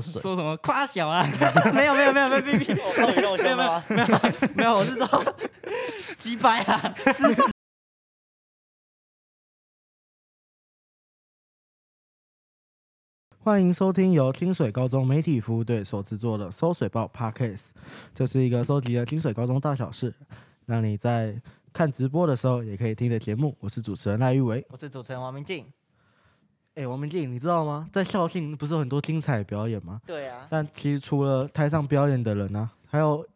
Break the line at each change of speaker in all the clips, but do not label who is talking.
水
说什么夸小 啊？没有没有没有没有没有没有
我到底让我笑吗？
没有，我是说鸡掰啊！
欢迎收听由清水高中媒体服务队所制作的《搜水报》Podcast，这是一个收集了清水高中大小事，让你在看直播的时候也可以听的节目。我是主持人赖玉维。
我是主持人王明静。
哎，王明静，你知道吗？在校庆不是有很多精彩表演吗？
对啊，
但其实除了台上表演的人呢、还有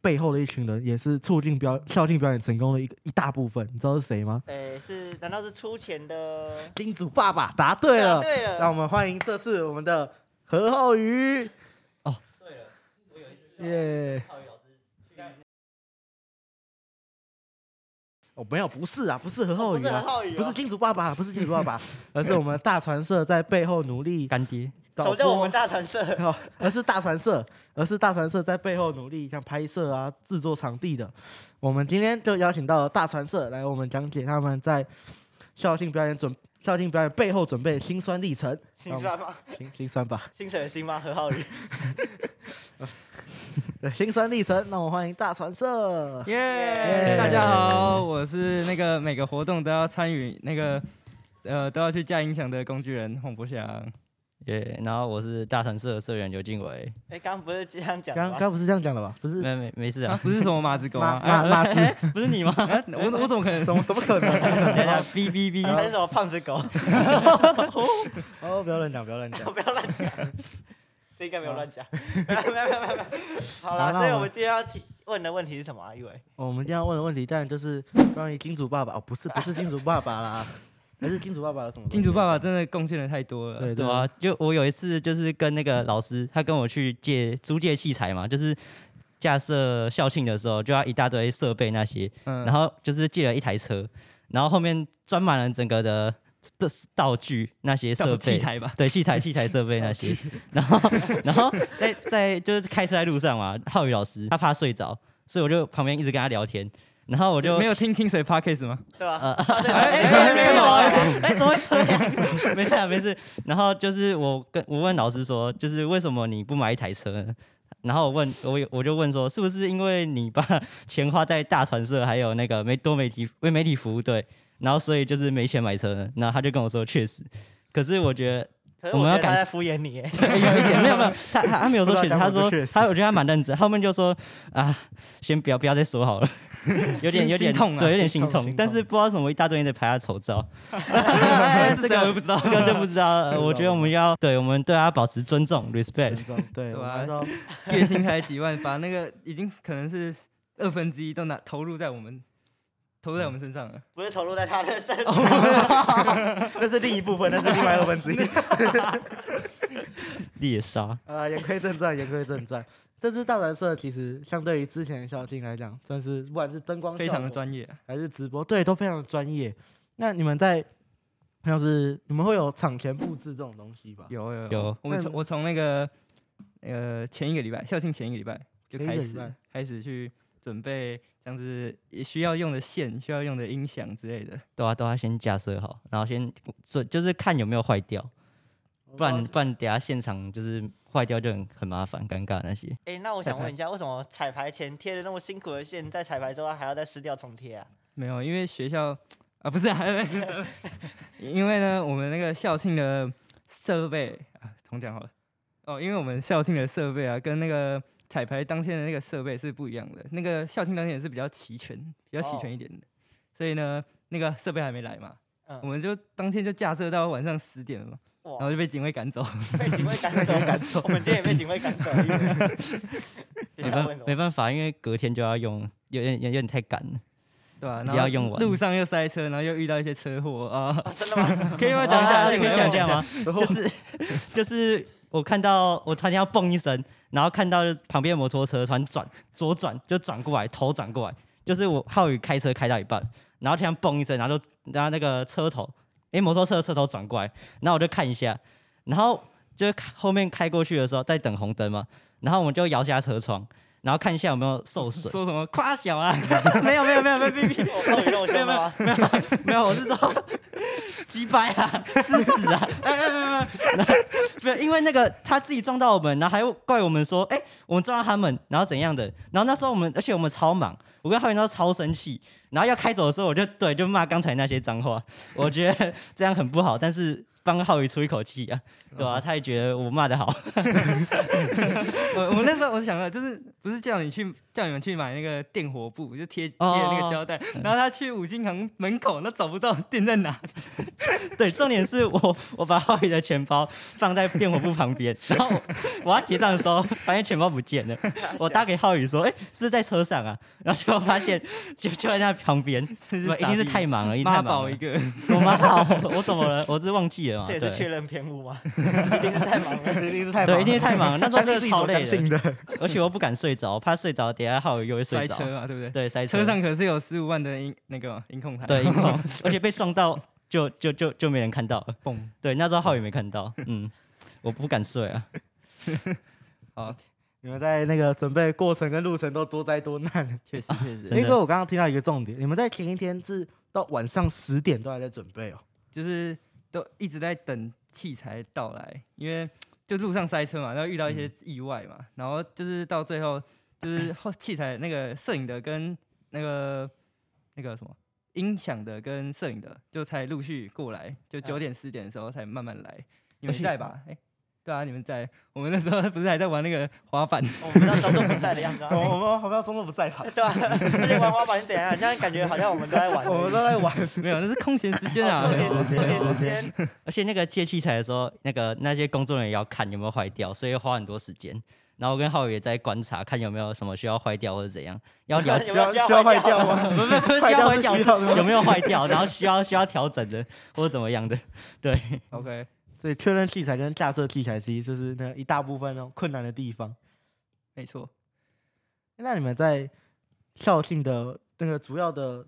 背后的一群人，也是促进表校庆表演成功的一个一大部分。你知道是谁吗？
诶，是难道是出钱的？
金主爸爸，答对了。
答对啊了
让我们欢迎这次我们的何浩宇。
哦，
对了，我有一次耶。哦，没有，不是啊，不是何浩
哦不
宇啊
是何浩宇哦，
不是金主爸爸，不是金主爸爸，而是我们大传社在背后 努力
干爹，
搞
什么叫我们
播，
大传社？
哦而是大传社，而是大传社在背后努力，像拍摄啊、制作场地的。我们今天就邀请到了大传社来，我们讲解他们在校庆表演准校庆表演背后准备的辛酸历程。
心酸吗？
心心酸吧，
心水的心吗？何浩宇，
对，心酸历程，让我欢迎大传社。
耶！大家好，我是那个每个活动都要参与，那个呃都要去架音响的工具人洪博翔。
耶然后我是大传社的社员刘敬伟，
哎，刚刚不是这样讲的
刚
吗？
刚不是这样讲的吧？不是
没没没事
啊
啊，，
不是什么马子狗
马
吗？
马马子，
哎不是你吗？我我怎么可能？
怎么怎么可能？
等一下，哔哔
还是
哔！
什么胖子狗？
哦，不要乱讲，不要乱讲。
不要乱讲， 这应该没有乱讲。没有没有没有没有没有。 好啦，
好那
所以
我
我
们
们今天要提问的问题是什么啊？玉伟，
我们今天要问的问题，当然就是关于金主爸爸哦，不是不是金主爸爸啦，还是金主爸爸有什么？
金主爸爸真的贡献的太多了。
对
对啊，就我有一次就是跟那个老师，他跟我去借租借器材嘛，就是架设校庆的时候就要一大堆设备那些，
嗯
然后就是借了一台车，然后后面装满了整个的的道具那些
叫什
设
么器
备。
材吧，
对器材、器材设备那些，然后然后在在就是开车在路上嘛，浩宇老师他怕睡着，所以我就旁边一直跟他聊天，然后我就
没有听清水 podcast 吗？
对吧？
呃
啊对
哎
对
哎
对
哎
对
没有啊
对
哎，怎么会这样？没事啊，没事。然后就是我跟我问老师说，就是为什么你不买一台车呢？然后我问我有我就问说，是不是因为你把钱花在大传社还有那个媒多媒体为媒体服务队，然后所以就是没钱买车呢？然后他就跟我说，确实。可是我觉得
可是我
我
觉
们要
得他
感
在敷衍你，哎
有啊一点没有没有，他他他没有说
不
确
知
实，
道
他
讲我
说
就确实
他我觉得他蛮认真，后面就说啊，先不要不要再说好了，有点
心
有点
心痛啊
对，有点
心
心
痛
痛
心，
但
痛
是不知道为什么一大堆人在拍他丑照，
哎是
这
谁
个
我也不知道。
这个就不知道了。
对
呃我觉得我们要对我们对他保持尊重，respect。
尊重，对，
对
我
啊
们还是要
月薪才几万，把那个已经可能是二分之一都拿投入在我们投入在我们身上了。
不是投入在他的身上。
那是另一部分，那是另外二分之一。
猎杀，
啊，言归正传，言归正传。这次大蓝社其实相对于之前的校庆来讲，算是不管是灯光
非
效
常的
果
专业啊。
还是直播，对，都非常的专业。那你们在像是你们会有场前布置这种东西 吧？
有有
有
我们
那
从我从那个呃前一个礼拜，校庆前一个礼拜就
前一
开
个礼拜
始开始去准备，像是也需要用的线、需要用的音响之类的。
对啊，都要先架设好，然后先做，就是看有没有坏掉，不然不然等下现场就是坏掉就很很麻烦，尴尬那些。
哎，那我想
彩排
问一下，为什么彩排前贴的那么辛苦的线，在彩排之后还要再撕掉重贴啊？
没有，因为学校啊不是啊， 因为呢我们那个校庆的设备啊重讲好了哦，因为我们校庆的设备啊跟那个彩排当天的那个设备是不一样的，那个校庆当天也是比较齐全，比较齐全一点的，所以呢那个设备还没来嘛，
嗯
我们就当天就架设到晚上十点了嘛，然
哇
后，就被警卫赶走，
被警卫赶走，赶走。我们今天也被警卫赶走。因为接下来问什
没办没
么？
办法，因为隔天就要用，有点有点太赶了。
对吧、然
一定
后
要用完
路上又塞车，然后又遇到一些车祸啊，
哦真的吗？
可以吗？讲一下，
啊
可
可以
以讲
讲一
一下
下吗？就是就是我看到我突然间要蹦一声，然后看到旁边的摩托车突然转左转就转过来，头转过来，就是我浩宇开车开到一半，然后突然蹦一声，然后就然后那个车头，诶，摩托车的车头转过来，然后我就看一下，然后就看后面开过去的时候在等红灯嘛，然后我们就摇下车窗。然后看一下有没有受损。
说什么夸小啊？没有没有没有没有没有
我靠，你让我笑吗？
没有，我是说击败啊，吃屎啊！哎哎哎哎哎，没有，因为那个他自己撞到我们，然后还怪我们说，哎、我们撞到他们，然后怎样的？然后那时候我们，而且我们超忙，我跟浩源都超生气。然后要开走的时候，我就对就骂刚才那些脏话， 我觉得这样很不好，但是帮浩宇出一口气啊，对啊，他也觉得我骂的好，
我我那时候我想到，就是不是叫你去叫你们去买那个电火布，就贴贴
哦
那个胶带，
嗯
然后他去五金行门口，那找不到店在哪，
对，重点是我我把浩宇的钱包放在电火布旁边，然后我我要结账的时候，发现钱包不见了。
啊
我打给浩宇说：“哎、是不是在车上啊？”然后结果发现就 就在那旁边，
真
我
是
一定是
傻逼
太忙了，一定太
妈
忙
宝一
了。
个，
我妈宝，我怎么了？我是忘记了嘛？
这也是确
对，
认偏误吗？一定是太忙了。
一定是太忙
对，一定是太忙 了。那时
相信
候真的
自己
超
所
累
相信
的，
的，
而且我不敢睡着，怕睡着等一下浩宇又会
摔
睡 着。
车啊，对不对？
对，塞
车上可是有十五万的音那个音控台，
对，因为我而且被撞到就就就就没人看到了。
嘣，
对，那时候浩宇没看到，嗯，我不敢睡啊。
你们在那个准备过程跟路程都多灾多难。
确实确实
真，的
因为我刚刚听到一个重点，你们在前一天至到晚上十点都还在准备哦。
就是都一直在等器材到来，因为就路上塞车嘛，然后遇到一些意外嘛，然后就是到最后就是后器材那个摄影的跟那个那个什么音响的跟摄影的就才陆续过来，就九点十点的时候才慢慢 来。你们
而且
在吧？哎、对啊，你们在。我们那时候不是还在玩那个滑 板？
我们那时候都不在的样子啊。
我我们我们要装作不在场，
对啊，而且玩滑板是怎样？啊这样感觉好像我们都在玩。
我们都在 玩。
没有，那是空闲时间啊。
哦
那时候
重点是重点是时间，
而且那个借器材的时候，那个那些工作人员也要看有没有坏掉，所以花很多时间。然后我跟浩宇也在观察，看有没有什么需要坏掉或者 怎样，要了解
有没 有需 要
需要
坏
坏
掉
掉吗？
不不不
坏
需要
掉
坏
是
掉
需 要的吗
有没有坏掉，然后需要需要调整的或者怎么样的，对
OK，
所以确认器材跟架设器材其实就是那一大部分哦困难的地方。
没错。
那你们在校庆的那个主要的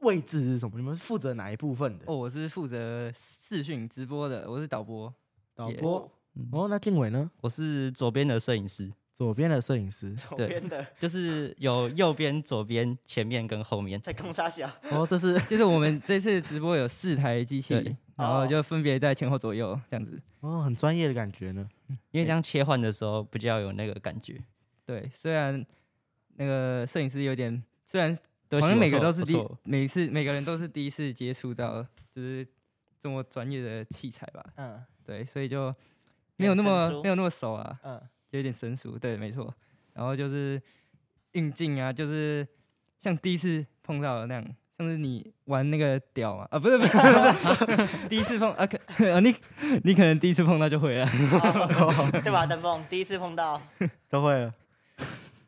位置是什么？你们是负责哪一部分的？
哦，我是负责视讯直播的，我是导播。
导
也
播。哦，那静伟呢？
我是左边的摄影师，
左边的摄影师。
左边的
就是有右边、左边、前面跟后面。
在公沙小，
哦，这是
就是我们这次直播有四台机器
对，
然后
哦
就分别在前后左右这样子。
哦，很专业的感觉呢。
因为这样切换的时候比较有那个感觉。
对，虽然那个摄影师有点，虽然
对不
好
起
像每个
我
都
错了
是
我
第
错了
每次每个人都是第一次接触到就是这么专业的器材吧，
嗯
对，所以就没有那么没有那么熟啊，
嗯，
就有点生疏。对，没错。然后就是运镜啊，就是像第一次碰到的那样，像是你玩那个屌啊，啊，不是不是，不是 第一次碰啊，可啊你你可能第一次碰到就会了。
哦对吧？登峰第一次碰到，
都会 了。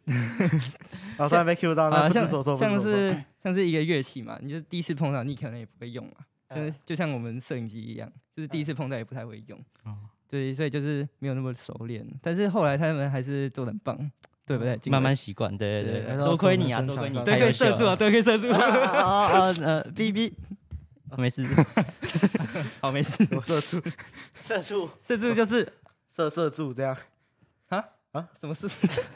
然后突然被 Q 到，那不知
啊像
所措，不知
像
所措。
是像是一个乐器嘛，你就是第一次碰到，你可能也不会用嘛，就是
哎
嗯
就像我们摄影机一样，就是第一次碰到也不太会用
哦。
对，所以就是没有那么熟练，但是后来他们还是做的很棒，对
哦
不对？
慢慢习惯，对
对
对
然
对，
后
多亏你啊，
从
多亏你，
从
对，
太
可以
优秀
射住啊，
了，
对，可以射 住。
啊啊啊呃哔哔，没事，
好，没事。
有社畜，
社畜
射住就是
社社畜这样。
什么事？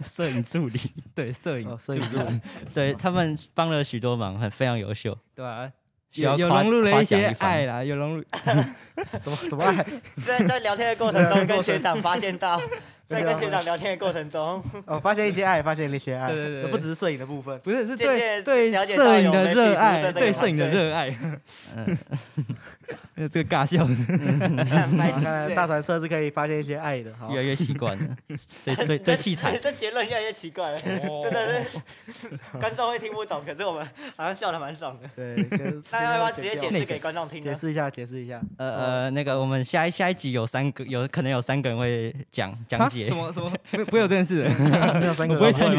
摄影 助理，
对，摄影
哦，，摄影助理。
对他们帮了许多忙，很非常优秀，
对吧？
需要
有有
夸
融入了
夸
一
奖
些
一番
爱啦，有融入。
什么什么爱？
在在聊天的过程中跟学长发现 到，在跟学长聊天的过程中，
哦，发现一些爱，发现了一些爱。
对对对对
不只是摄影的部分。
不是，是
渐
对
渐
对
了解到
摄影
有
的
媒体
热
服务
爱，
对这
对
个
摄影的
行对
热爱。 嗯，这个尬笑，
白
好看来
痴
大船社是可以发现一些爱的。好
哦
越，来越习 惯了，对
欸
对对器材
这，这结论越来越奇怪了，
哦
真的 是观众会听不懂，可是我们好像笑的蛮爽 的。
对。 跟
那要不要直接解
那
释
个
给观众听
解
呢？
释一下，解释一 下。
呃呃，那个我们下一下一集有三个，有可能有三个人会讲讲
啊
解
什，么什么，不不会有这件事的。
没有三个
我
人，
不会啊参与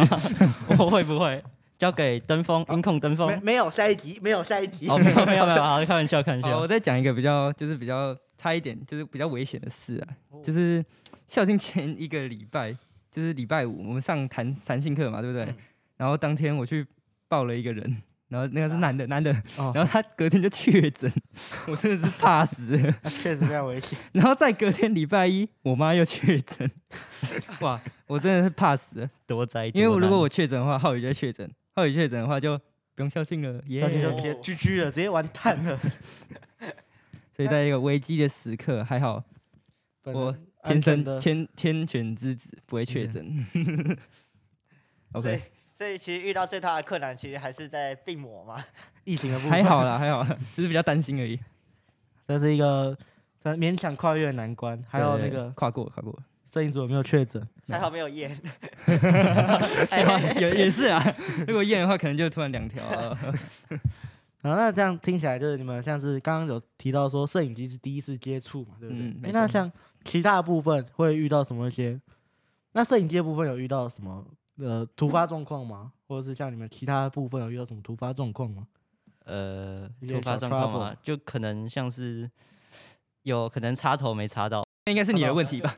吗
我会不会交给登峰音控
哦
登
没
峰？
没有下一集，没有下一集。
哦， 没有没有没有，好，开玩笑开玩
好，我
笑，
再讲一个比较，就是比较差一点，就是比较危险的事啊，
哦
就是校庆前一个礼拜，就是礼拜五，我们上弹弹性课嘛，对不对
嗯？
然后当天我去抱了一个人，然后那
啊
个是男的，男的，
哦
然后他隔天就确诊， 我真的是怕死了。
确实非常危险。
然后再隔天礼拜一，我妈又确 诊，哇，我真的是怕死
哎
了。
多灾多
因为我如
难
果我确诊的话，浩宇就确诊，浩宇确诊的话就不用校庆了， 耶、
小心就直接 GG 了，直接完蛋 了。
所以在一个危机的时刻，还好
本
我
人
天
安全
生
的
天天选之子不会确诊。
所
OK，
以所以其实遇到最大的困难，其实还是在病魔嘛。
疫情的部分
还好，啦，还好啦，只是比较担心而已。
这是一个算勉强跨越的难关。还有那
对对
个
跨过跨过，
摄影组有没有确诊？
还好没有验。
哎
也也是啊。如果验的话，可能就突然两条啊。
然后那这样听起来就是你们像是刚刚有提到说摄影机是第一次接触嘛，对不对？
嗯
诶
没
那
错
像其他的部分会遇到什么一些？那摄影机的部分有遇到什么呃突发状况吗？或者是像你们其他的部分有遇到什么突发状况吗？
呃
一些
突发
小
状况
trouble
嘛，就可能像是有可能插头没插到。
那应该是你的问题吧？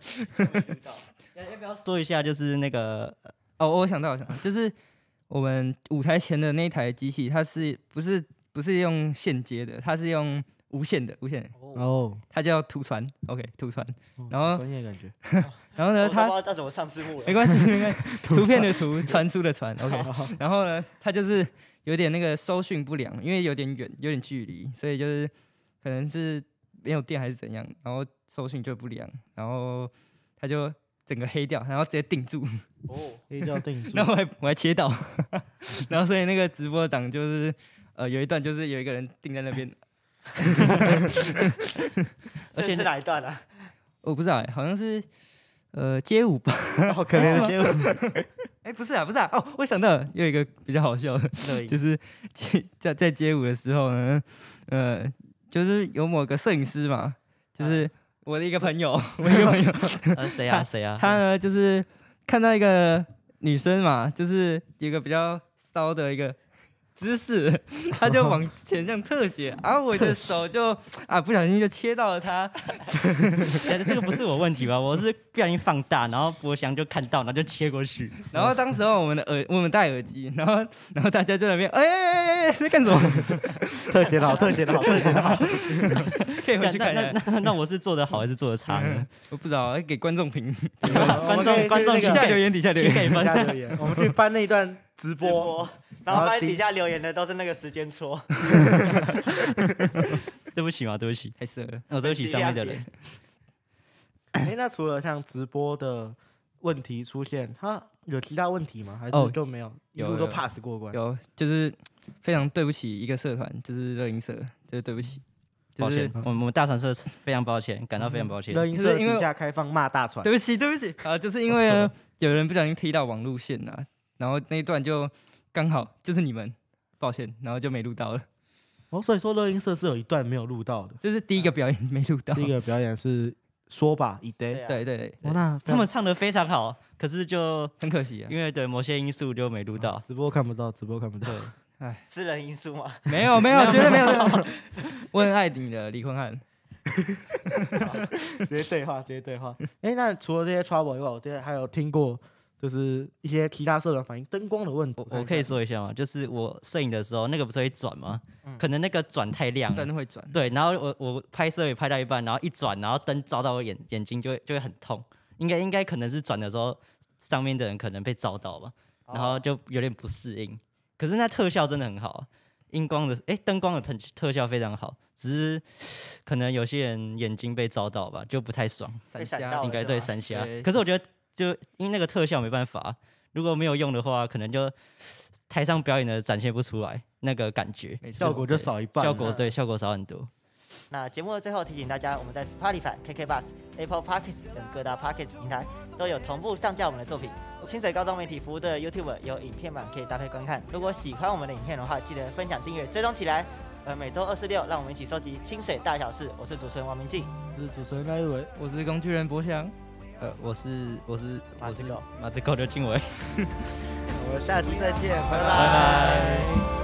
要说一下就是那个呃
哦，我想到，我想到，就是我们舞台前的那台机器，它是不是不是用线接的？它是用无线的，无线的，
哦，
哦，
它叫图传。OK，图传。
哦
然后
专业感觉，
然后
我
呢，
都不知
它
道要怎么上字幕
没
了。
关系，没关系，
传
图片的图，传输的传。OK，
好
然后呢，它就是有点那个收讯不良，因为有点远，有点距离，所以就是可能是没有电还是怎样，然后收讯就不良，然后它就整个黑掉，然后直接定住，
哦，
可以叫定 住
然。后我还我还切到，然后所以那个直播档就是呃有一段就是有一个人定在那边，
而
而
且
且是哪一段啊？
我不知道、欸，好像是呃街舞吧？
好可怜的结果，
哎、不是啊，不是啊，哦，我想到了有一个比较好笑的，
乐影
就是街在在街舞的时候呢，呃，就是有某个摄影师嘛，就是我的一个朋 友，我一个朋友，
呃谁啊谁啊，
他呢就是看到一个女生嘛，就是有一个比较骚的一个姿 势，他就往前这样特 写，然后我的手就啊不小心就切到了 她，
哎这个不是我问题吧？我是不小心放大，然后博翔就看到，然后就切过去。
然后当时候我们的耳我们戴耳机，然后然后大家就在那边哎哎哎哎哎在干什 么？
特写的好，特写的好，特写的好。
可以回去
那
看一
那
下，嗯
那那我是做的好还是做的差呢？
我不知道给观众评，
观
观众观众
底
请
下
给
留言底下留言。
请给分
下留言，我们去翻那一段直
直
播。
播，然后发现
然后
底下留言的都是那个时间戳，
对不起嘛，对不起，
太色了，
我、哦、对不起上面的人。
哎，那除了像直播的问题出现，它有其他问题吗？还
哦
是就没有，一
有
路都
有
pass 过关？
有就是非常对不起一个社团，就是热音社，就是对不起，就
抱
是
歉，哦我们我们大传社非常抱歉，感到非常抱歉。
乐音社
就是因为
底下开放骂大船，
对不起，对不起啊，就是因为呢有人不小心踢到网路线啊，然后那一段就刚好就是你们，抱歉，然后就没录到了，
哦，所以说乐音社是有一段没有录到的。
就是第一个表演没录到，
第一个表演是说吧，以
对
day，
啊
对对对，
哦，那非
他
常
们唱的非常好，可是就
很可惜啊，
因为对某些因素就没录
嗯
到。
直播看不到，直播看不到。
私人因素嘛。
没有没有，绝对没有，我很爱你的李坤汉，
直接对话，直接对话。哎、那除了这些 trouble 以外，我之前还有听过，就是一些其他社团反映灯光的问题
我。我可以说一下吗？就是我摄影的时候，那个不是会转吗？
嗯
可能那个转太亮了。
灯会转，
对，然后我我拍摄也拍到一半，然后一转，然后灯照到我眼眼睛就会就会很痛。应该应该可能是转的时候，上面的人可能被照到吧，
哦
然后就有点不适应。可是那特效真的很好，荧光的哎灯光的特特效非常好，只是可能有些人眼睛被照到吧，就不太爽。
被
闪
闪
瞎
到了
应该
哦是
对
吗
三峡
对。
可是我觉得，就因为那个特效没办法，如果没有用的话，可能就台上表演的展现不出来那个感觉，
没错
效果就少一半了，
效果对效果少很多。
那节目的最后提醒大家，我们在 Spotify、KK Bus、Apple Podcasts 等各大 Podcast 平台都有同步上架我们的作品。清水高中媒体服务的 YouTube 有影片版可以搭配观看。如果喜欢我们的影片的话，记得分享、订阅、追踪起来。呃，每周二、四、六，让我们一起收集清水大小事。我是主持人王明静，
我是主持人赖玉伟，
我是工具人博翔，
呃，我是我是
马
我是
子狗
马子狗的经纬。
我们下期再见，拜
拜
拜
拜